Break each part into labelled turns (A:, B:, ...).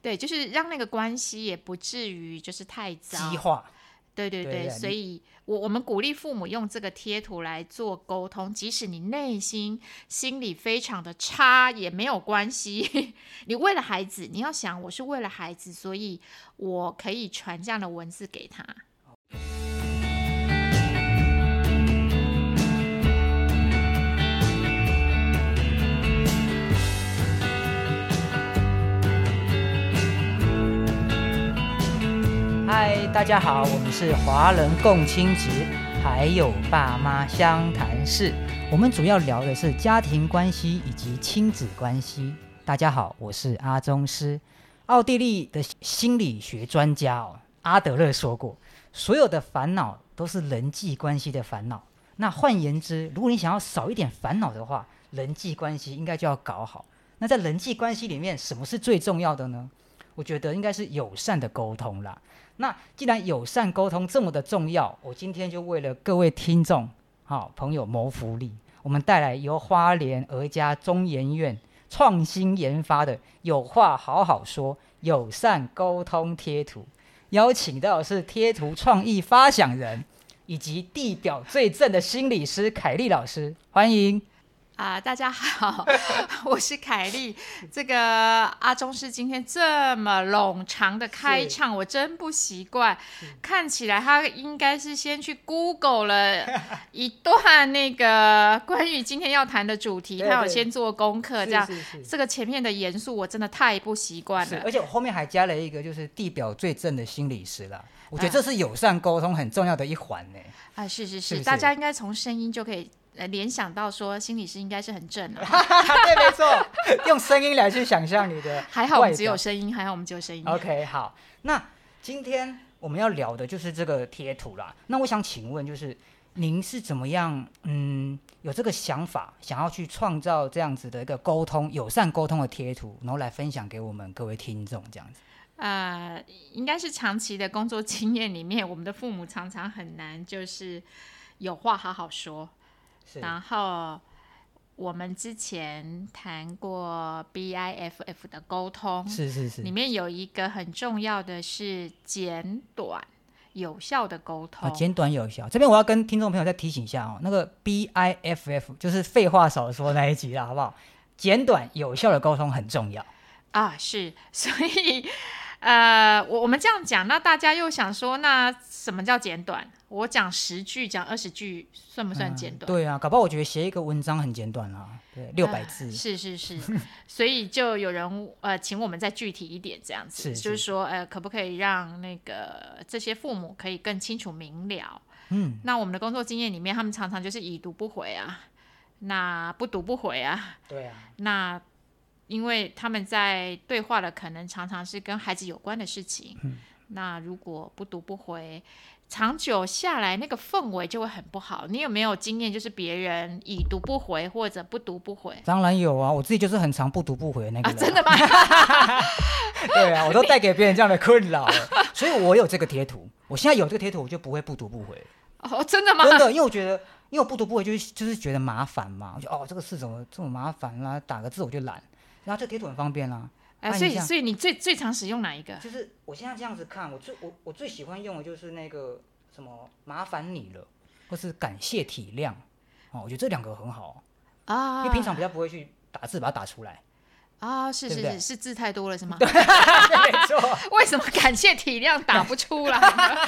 A: 对，就是让那个关系也不至于就是太糟。
B: 激化。
A: 对对
B: 对
A: 对，
B: 对
A: 所以我我们鼓励父母用这个贴图来做沟通，即使你内心心里非常的差也没有关系。 你为了孩子，你要想我是为了孩子，所以我可以传这样的文字给他。
B: 嗨，大家好，我们是华人共亲职，还有爸妈相谈室。我们主要聊的是家庭关系以及亲子关系。大家好，我是阿宗师，奥地利的心理学专家哦，阿德勒说过，所有的烦恼都是人际关系的烦恼。那换言之，如果你想要少一点烦恼的话，人际关系应该就要搞好。那在人际关系里面，什么是最重要的呢？我觉得应该是友善的沟通啦。那既然友善沟通这么的重要，我今天就为了各位听众、好、朋友谋福利，我们带来由花莲儿家中研院创新研发的“有话好好说”友善沟通贴图，邀请到的是贴图创意发想人以及地表最正的心理师凯丽老师，欢迎。
A: 啊、大家好， 我是凯丽。这个阿中师今天这么冗长的开场，我真不习惯。看起来他应该是先去 Google 了一段那个 关于今天要谈的主题，
B: 对
A: 他有
B: 对
A: 先做功课，呃这样。
B: 是是
A: 这个前面的严肃我真的太不习惯
B: 是，
A: 了。
B: 而且我后面还加了一个，就是地表最正的心理师啦。我觉得这是友善沟通很重要的一环呢、
A: 啊，是是是，
B: 是不
A: 大
B: 是
A: 家应该从声音就可以呃联想到说心理师应该是很正 的、
B: 对，没错，用声音来去想象你的
A: 还好我们
B: 外
A: 只有
B: 表
A: 声音，还好我们只有声音。
B: OK，好，那今天我们要聊的就是这个贴图啦。那我想请问，就是您是怎么样，嗯，有这个想法，想要去创造这样子的一个沟通、友善沟通的贴图，然后来分享给我们各位听众这样子？
A: 呃，应该是长期的工作经验里面，我们的父母常常很难，就是有话好好说。
B: 是
A: 然后我们之前谈过 BIFF 的沟通，
B: 是是
A: 里
B: 是，
A: 面有一个很重要的是简短有效的沟通。
B: 啊，简短有效。这边我要跟听众朋友再提醒一下哦，那个 BIFF 就是废话少说那一集啦，好不好？简短有效的沟通很重要。
A: 啊，是， 所以，呃，我我们这样讲，那大家又想说，那什么叫简短？我讲十句，讲二十句，算不算简
B: 嗯
A: 短？
B: 对啊，搞不好我觉得写一个文章很简短啊，对，六百
A: 啊
B: 字。
A: 是是 是，所以就有人呃，请我们再具体一点，这样子，
B: 是
A: 就是
B: 是
A: 说，呃，可不可以让那个这些父母可以更清楚明了？
B: 嗯，
A: 那我们的工作经验里面，他们常常就是已读不回啊，那不读不回啊，
B: 对啊，
A: 那因为他们在对话的可能常常是跟孩子有关的事情，
B: 嗯
A: 那如果不读不回，长久下来那个氛围就会很不好。你有没有经验，就是别人已读不回或者不读不回？
B: 当然有啊，我自己就是很常不读不回的那个
A: 啊，
B: 人、
A: 真的吗？
B: 对啊，我都带给别人这样的困扰了，所以我有这个贴图。我现在有这个贴图，我就不会不读不回 了，
A: 哦，真的吗？
B: 真的，因为我觉得，因为我不读不回就是就是觉得麻烦嘛，我就哦这个事怎么这么麻烦啦、打个字我就懒，然后这个贴图很方便啦、
A: 哎、
B: 按一
A: 所以
B: 下
A: 所以你最最常使用哪一个？
B: 就是我现在这样子看，我最我我最喜欢用的就是那个什么麻烦你了，或是感谢体谅，哦，我觉得这两个很好，因
A: 啊，
B: 为平常比较不会去打字把它打出 来，
A: 啊，是
B: 对
A: 是
B: 不
A: 是
B: 对
A: 是字太多了是吗？
B: 没错。
A: 为什么感谢体谅打不出 来？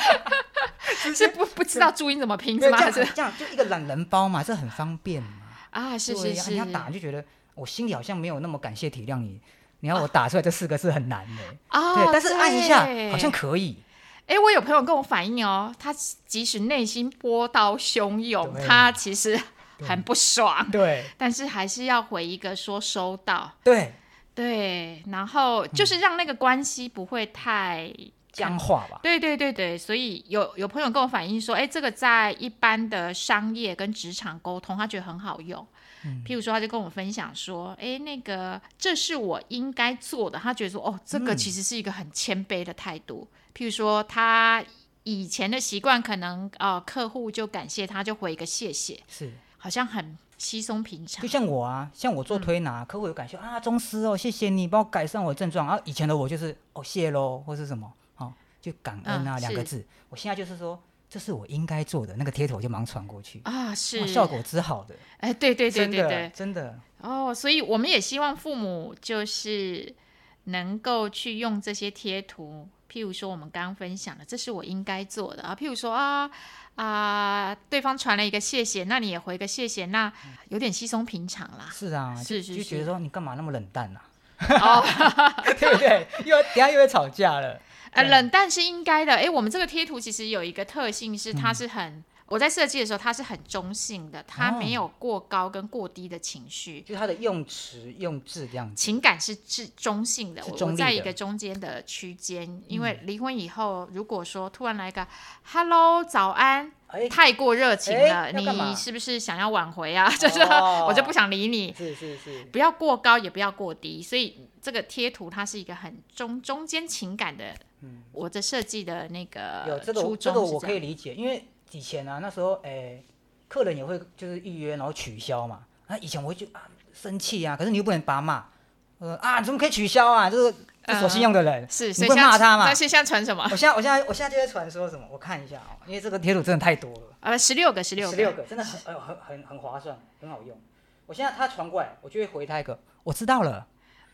A: 是不不知道注音怎么拼
B: 没
A: 是
B: 有这
A: 吗？
B: 样
A: 是
B: 这样就一个懒人包嘛，这很方便嘛。
A: 啊，是是
B: 对呀
A: 是
B: 你要打就觉得我心里好像没有那么感谢体谅你，你要我打出来这四个字很难的、
A: 啊，
B: 对，但是按一下
A: 对
B: 好像可以。
A: 哎、我有朋友跟我反映哦，他即使内心波涛汹涌，
B: 对
A: 他其实很不爽，
B: 对
A: 但是还是要回一个说收到，
B: 对，
A: 对，然后就是让那个关系不会太。
B: 僵化吧。
A: 对对对对，所以有有朋友跟我反映说，哎，这个在一般的商业跟职场沟通，他觉得很好用。
B: 嗯
A: 譬如说，他就跟我分享说，哎，那个这是我应该做的，他觉得说，哦，这个其
B: 嗯
A: 实是一个很谦卑的态度。譬如说，他以前的习惯可能呃，客户就感谢他，就回一个谢谢，
B: 是，
A: 好像很稀松平常
B: 就。像我啊，像我做推
A: 嗯
B: 拿，客户有感谢啊，宗师哦，谢谢你帮我改善我的症状啊。以前的我就是哦谢喽，或是什么哦，就感恩啊、
A: 嗯
B: 两个
A: 是
B: 字。我现在就是说，这是我应该做的，那个贴图我就忙传过去，
A: 啊，
B: 哇
A: 是
B: 效，果之好的，
A: 哎，对对对对
B: 真
A: 对
B: 的，真的，
A: 哦，所以我们也希望父母就是能够去用这些贴图，譬如说我们刚刚分享的，这是我应该做的啊。譬如说啊啊、对方传了一个谢谢，那你也回个谢谢，那有点稀松平常啦。
B: 是啊，就是
A: 是
B: 就觉得
A: 是
B: 说你干嘛那么冷淡啊，
A: 哦，
B: 对不对？又要等一下又会吵架了，
A: 呃，
B: 对
A: 冷淡是应该的。诶，我们这个贴图其实有一个特性是，
B: 嗯
A: 它是很、我在设计的时候，它是很中性的，它
B: 哦
A: 没有过高跟过低的情绪。
B: 就是它的用词用字这样子。
A: 情感是是中性的，
B: 是
A: 我
B: 中
A: 我
B: 立
A: 在
B: 的嗯
A: 一个中间的区间，因为离婚以后，如果说突然来个 “hello 早安
B: 哎”，，
A: 太过热情了，
B: 哎要干嘛
A: 你是不是想要挽回啊？ 就是
B: 哦
A: 我就不想理你，
B: 是是是，
A: 不要过高，也不要过低，所以这个贴图它是一个很中中间情感的，我的设计的那
B: 有
A: 个
B: 这个
A: 呃初
B: 我这
A: 衷
B: 个
A: 是
B: 我
A: 这
B: 可以
A: 样。
B: 理解，因为以前啊那时候，哎、客人也会就是预约然后取消嘛。啊，以前我会就啊生气啊，可是你又不能把他骂，呃啊你怎么可以取消啊？这个
A: 嗯
B: 这守信用的人，
A: 是，
B: 你
A: 所以
B: 会
A: 现在
B: 骂他嘛
A: 那现在传什么？
B: 我现在我现在我现在就在传说什么？我看一下哦，因为这个贴图真的太多了，
A: 呃，十六个，十六
B: 十
A: 个
B: 六，个真的很哎呦很很很划算，很好用。我现在他传过来，我就会回他一个，我知道了，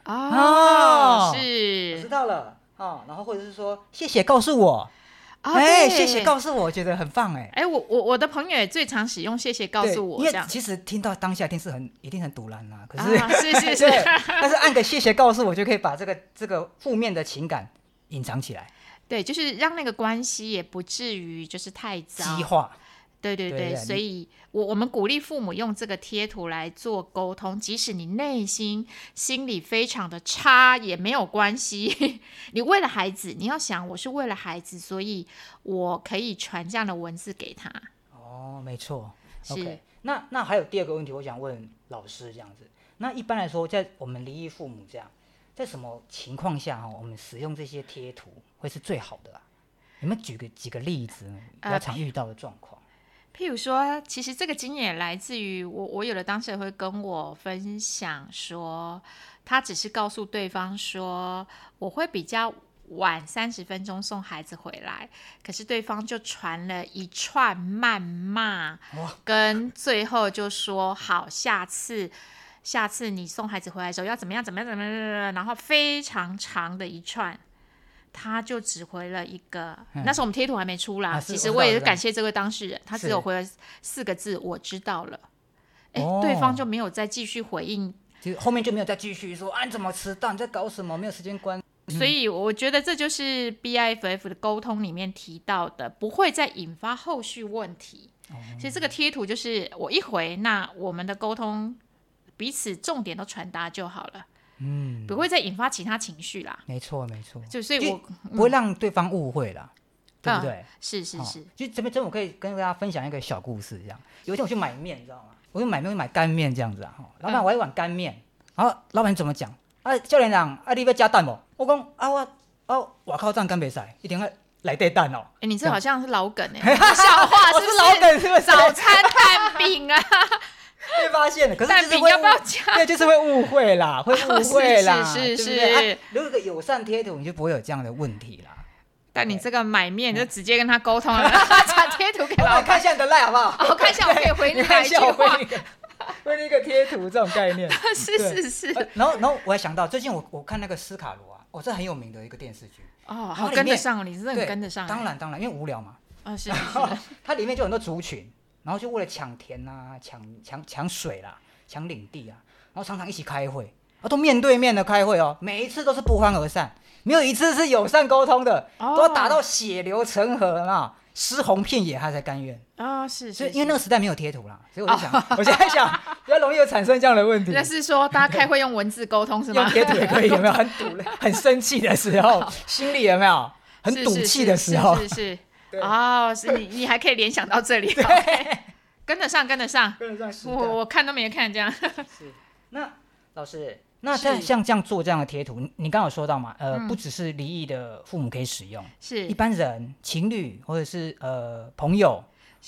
B: 哦
A: 哦，
B: 我知
A: 是，
B: 道了。哦，然后或者是说谢谢告诉我，
A: 哦
B: 哎、
A: 对
B: 谢谢告诉我，我觉得很棒哎、
A: 哎，我我我的朋友也最常使用“谢谢”告
B: 对
A: 诉我
B: 因
A: 这
B: 为
A: 样。
B: 其实听到当下一定是很一定很堵然啦、可是、
A: 啊，是 是是，
B: 对，但是按个谢谢告诉我，就可以把这个这个负面的情感隐藏起来，
A: 对，就是让那个关系也不至于就是太糟。
B: 激化。
A: 对对
B: 对
A: 对，
B: 对
A: 所以我我们鼓励父母用这个贴图来做沟通，即使你内心心里非常的差也没有关系。 你为了孩子，你要想我是为了孩子，所以我可以传这样的文字给他。
B: 哦，没错。
A: 是
B: OK，那那还有第二个问题，我想问老师这样子。那一般来说，在我们离异父母这样，在什么情况下哦，我们使用这些贴图会是最好的啊？你们举个几个例子，比较
A: 呃
B: 常遇到的状况。
A: 譬如说，其实这个经验也来自于我，我有的当事人会跟我分享说，他只是告诉对方说，我会比较晚三十分钟送孩子回来，可是对方就传了一串谩骂
B: 哇，
A: 跟最后就说好，下次。下次你送孩子回来的时候要怎么样？怎么样？怎么样？怎么样？然后非常长的一串，他就只回了一个。那时候我们贴图还没出来，
B: 嗯啊是
A: 其实
B: 我知道
A: 我也
B: 我
A: 是
B: 知道
A: 感谢这位当事人，他只
B: 是
A: 有回了四个字“我知道了”，哎、
B: 哦
A: 对方就没有再继续回应。
B: 就是后面就没有再继续说啊，你怎么迟到？你在搞什么？没有时间观。
A: 所以我觉得这就是 BIFF 的沟通里面提到的，不会再引发后续问题。
B: 哦
A: 所以这个贴图就是我一回，那我们的沟通彼此重点都传达就好了，
B: 嗯，
A: 不会再引发其他情绪啦。
B: 没错没错。
A: 就所以
B: 就
A: 我
B: 不会让对方误会啦，对不
A: 嗯
B: 对？
A: 是是
B: 哦
A: 是，
B: 就这边，这边我可以跟大家分享一个小故事，这样。有一天我去买面，你知道吗？我去买面，我去买干面这样子啊。哈，老板，
A: 嗯
B: 我要一碗干面。然后老板怎么讲？啊，教练长，啊，你要加蛋不？我讲啊，我哦，我靠，这样干袂使，一定要来对蛋哦。
A: 哎，你这
B: 这样
A: 好像是老梗 哎、笑话
B: 我
A: 是
B: 是
A: 不
B: 老梗是不是？
A: 早餐蛋饼啊，
B: 被发现了，可是
A: 蛋
B: 就是
A: 饼
B: 会
A: 要不要
B: 误
A: 加？
B: 对，就是会误会 啦，会误会啦，
A: 是是
B: 对不对
A: 是
B: 啊如果有个友善贴图，你就不会有这样的问题啦。
A: 但你
B: OK
A: 这个买面就直接跟他沟 通了， 传贴图给
B: 老
A: 老板。
B: 板，看一下你的赖好不 好？
A: 我看一下我可以回
B: 你
A: 你
B: 看
A: 哪
B: 一
A: 一句
B: 下我
A: 话
B: 回。你个 回你一个贴图这种概念。
A: 是是是，
B: 呃然后，然后我还想到，最近我我看那个斯卡罗啊，哦，这很有名的一个电视剧，
A: 哦，
B: 它
A: 好
B: 里
A: 跟得
B: 面
A: 上哦，你真的
B: 对
A: 很跟得上。
B: 当，然当然，因为无聊嘛，
A: 啊是是 是，
B: 它里面就有很多族群，然后就为了抢田啊、抢抢抢水啦、抢领地啊，然后常常一起开会，啊，都面对面的开会哦，每一次都是不欢而散，没有一次是友善沟通的，
A: 哦
B: 都要打到血流成河啊，尸红遍野他才甘愿。
A: 啊是
B: 所
A: 是，
B: 以因为
A: 是哦
B: 那个时代没有贴图啦，所以我就想，我现 在想比较容易有产生这样的问题。
A: 那是说大家开会用文字沟通是
B: 用
A: 吗？
B: 贴图也 可以，有没有？很堵、很生气的时候，心里有没有很
A: 是
B: 赌
A: 是
B: 气
A: 是
B: 的
A: 是
B: 时候？
A: 是是
B: 对
A: 哦，是你你还可以联想到这 里，OK，跟 得上跟得上，
B: 跟得上时
A: 我我看都没看这样。
B: 那老师，那
A: 是嗯
B: 像像这样做这样的贴图，你你刚刚有说到嘛？呃，不只是离异的父母可以使用，
A: 是
B: 一般人、情侣或者是呃朋友，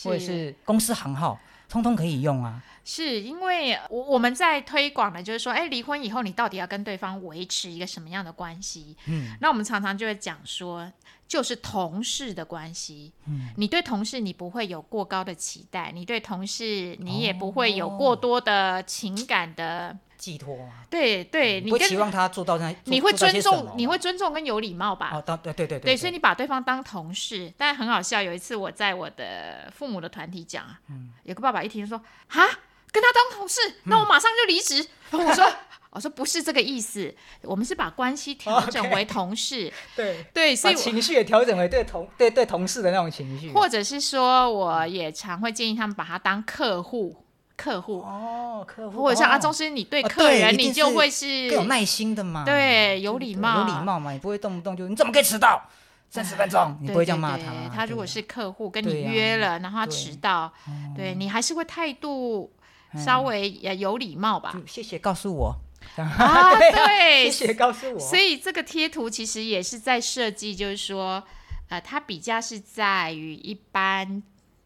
B: 或者
A: 是
B: 是公司行号，通通可以用啊。
A: 是因为我我们在推广的，就是说，哎，离婚以后你到底要跟对方维持一个什么样的关系？
B: 嗯，
A: 那我们常常就会讲说，就是同事的关系。
B: 嗯，
A: 你对同事你不会有过高的期待，你对同事你也不会
B: 哦
A: 有过多的情感的，
B: 寄托啊，
A: 对对，
B: 你
A: 你
B: 不
A: 跟
B: 期望他做到那，
A: 你
B: 做
A: 会
B: 做到
A: 尊
B: 些什
A: 重
B: 么，啊
A: 你会尊重跟有礼貌吧？
B: 哦，当对对对
A: 对，
B: 对，
A: 所以你把对方当同事，但很好笑。有一次我在我的父母的团体讲啊，
B: 嗯
A: 有个爸爸一听就说啊，跟他当同事，那我马上就离 职。我说我说不是这个意思，我们是把关系调整
B: OK
A: 为同事。
B: 对，
A: 对，所
B: 把
A: 以我
B: 情绪也调整为对同对对同事的那种情绪。
A: 或者是说，我也常会建议他们把他当客户，客户，
B: 哦，客户，
A: 或者像阿
B: 哦
A: 忠师，你对
B: 哦
A: 客
B: 对
A: 人
B: 一定
A: 你就是会是
B: 更有耐心的嘛，
A: 对有
B: 不
A: 礼貌
B: 有礼貌嘛，你不会动不动就你怎么可以迟到三十分钟，你
A: 对
B: 不会这
A: 对
B: 样骂
A: 对
B: 他嘛。
A: 他如
B: 对
A: 果
B: 啊
A: 是客户跟
B: 对
A: 你
B: 呀
A: 约了，然后他
B: 对哦嗯
A: 迟到，对你还是会态度稍微也有礼貌吧？
B: 就谢谢告诉我，
A: 啊，
B: 谢
A: 对，
B: 谢告诉我，
A: 所以这个贴图其实也是在设计，就是说，呃，它比较是在于一般。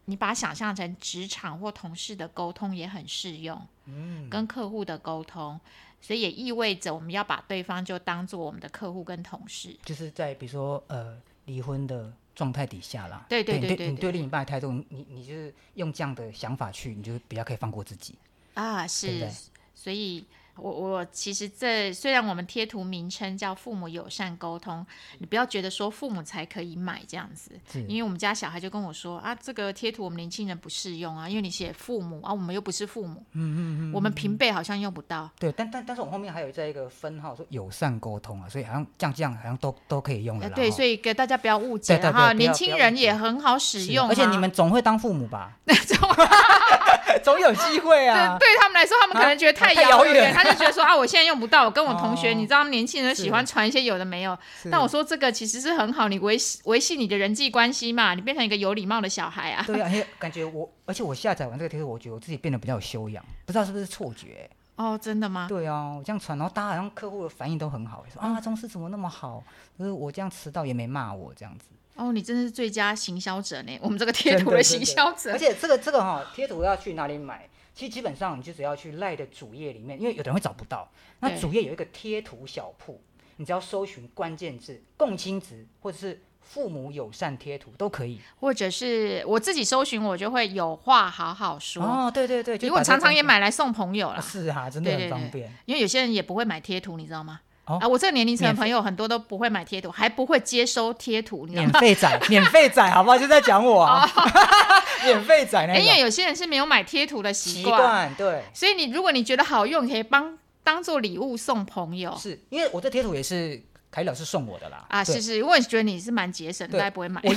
A: 你把它想象成职场或同事的沟通也很适用，
B: 嗯，
A: 跟客户的沟通，所以也意味着我们要把对方就当做我们的客户跟同事。
B: 就是在比如说呃离婚的状态底下啦，
A: 对对
B: 对
A: 对
B: 你
A: 对
B: 你
A: 对
B: 对另一半的态度，你你你就是用这样的想法去，你就比较可以放过自己。
A: 啊，
B: 不
A: 是
B: 对，
A: 所以我我其实这虽然我们贴图名称叫父母友善沟通，你不要觉得说父母才可以买这样子，
B: 是
A: 因为我们家小孩就跟我说啊，这个贴图我们年轻人不适用啊，因为你写父母啊，我们又不是父母，嗯嗯嗯，我们平辈好像用不到。
B: 对，但但但是我后面还有在一个分号说友善沟通啊，所以好像这样这样好像都都可以用的
A: 呃，
B: 啦。
A: 对，
B: 哈
A: 所以给大家不要误解
B: 对对
A: 了
B: 对
A: 哈，
B: 不要
A: 年
B: 不
A: 轻
B: 要误
A: 人
B: 解
A: 也很好
B: 是
A: 使
B: 啊
A: 用啊，
B: 而且你们总会当父母 吧？
A: 那种
B: 总有机会啊
A: 对，。对他们来说，他们可能觉得太
B: 啊太
A: 遥
B: 遥
A: 远，
B: 远
A: 他就觉得说啊，我现在用不到。我跟我同学，
B: 哦
A: 你知道，年轻人喜欢
B: 是
A: 传一些有的没有。
B: 是
A: 但我说这个其实是很好，你维系维系你的人际关系嘛，你变成一个有礼貌的小孩啊。
B: 对啊，而且感觉我，而且我下载完这个贴图，我觉得我自己变得比较有修养，不知道是不是错觉、
A: 哦，真的吗？
B: 对啊，我这样传，然后大家好像客户的反应都很好，说啊，中师怎么那么好？就是我这样迟到也没骂我这样子。
A: 哦，你真的是最佳行销者 呢，我们这个贴
B: 真
A: 图
B: 的
A: 的
B: 真
A: 行
B: 的
A: 销
B: 而
A: 者。
B: 且这个这个哈、贴图要去哪里买？其实基本上你就只要去赖的主页里面，因为有的人会找不到。那
A: 对
B: 主页有一个贴图小铺，你只要搜寻关键字“共亲值”或者是“父母友善贴图”都可以。
A: 或者是我自己搜寻，我就会有话好好说，
B: 哦，对对对，就
A: 因为我
B: 把这
A: 常常
B: 个
A: 也买来送朋友
B: 啊
A: 啦。
B: 是啊，真的
A: 对
B: 很
A: 对
B: 方
A: 对
B: 便。
A: 因为有些人也不会买贴图，你知道吗？
B: 哦
A: 啊，我这个年龄层的
B: 免费
A: 朋友很多都不会买贴图，还不会接收贴图，你知道吗
B: 免？费仔，免费仔，好不好？就在讲我啊， 免费仔那
A: 哦哎因为
B: 种
A: 有些人是没有买贴图的习
B: 习
A: 惯，
B: 惯，对，
A: 所以你如果你觉得好用，你可以帮当做礼物送朋友
B: 是因为我这贴图也是凯老师送我的啦
A: 哦啊。
B: 对
A: 是是，我也觉得你是蛮节省的，
B: 对
A: 大概不会买。
B: 我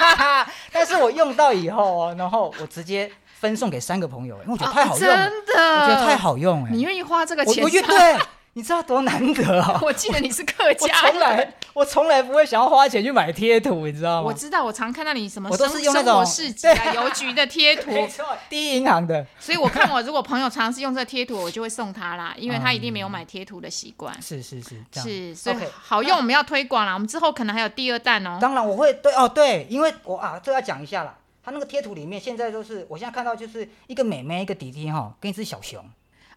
B: 啊但是我用到以后哦，然后我直接分送给三个朋友，因为我觉得太好用了，
A: 哦 真
B: 我
A: 的，
B: 觉得太，好用哎
A: 你，愿意花这个
B: 我
A: 钱？
B: 我觉得对，你知道多难得哦，
A: 我记得你是客
B: 我
A: 家人，
B: 从来我从来不会想要花钱去买贴图，你知道
A: 我
B: 吗？
A: 知道，我常看到你什么
B: 我
A: 生
B: 都是用那
A: 生
B: 种
A: 活市集啊、 邮局的贴图
B: 没，错，第一银行的
A: 所以我看我如果朋友常常是用这个贴图，我就会送他啦，因为他一定没有买贴图的习惯。
B: 是是是嗯这样。
A: 是，所以
B: OK，
A: 好用，我们要推广啦。我们之后可能还有第二弹哦。
B: 当然我会对哦对，因为我啊这要讲一下啦，他那个贴图里面现在都是我现在看到就是一个妹妹一个弟弟哈、跟一只小熊，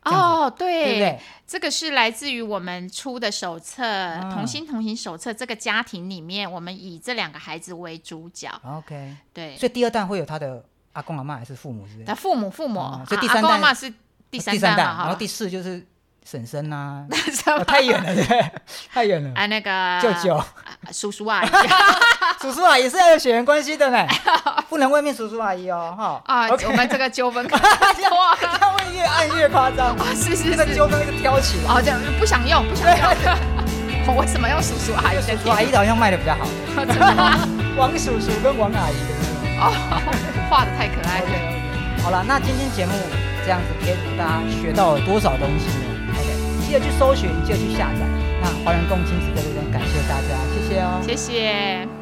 B: 这样
A: 哦，
B: 对不对？
A: 这个是来自于我们出的手册
B: 嗯
A: 《同心同行手册》这个家庭里面，我们以这两个孩子为主角。
B: OK，
A: 对，
B: 所以第二弹会有他的阿公阿妈还是父母之类的
A: 那，父母父母，
B: 哦
A: 啊
B: 所以第
A: 阿
B: 三
A: 公阿
B: 代
A: 妈是第三代嘛，
B: 然后
A: 哈，
B: 第四就是婶 婶呐、
A: 什
B: 哦
A: 么
B: 太远了，对 不对，太远了。
A: 啊那个
B: 舅舅、
A: 啊叔叔 啊
B: 叔叔阿姨是要有血缘关系的 呢，不能外面叔叔阿姨哦，哈。
A: 啊，
B: OK，
A: 我们这个纠纷可多
B: 这样会越按越夸张，
A: 是 是
B: 这个
A: 是，
B: 纠纷就挑起了。
A: 哦这样不想用不想用， 我为什么要叔叔阿姨
B: 叔
A: 在
B: 叔阿姨的好像卖的比较好，
A: 真的吗？
B: 王叔叔跟王阿姨的。
A: 哦，画的太可爱
B: OK，
A: 了。
B: OK 好了，那今天节目这样子，可以给大家学到了多少东西呢？OK，记得去搜寻，记得去下载。那华人共亲子在这边感谢大家，谢谢哦。
A: 谢谢。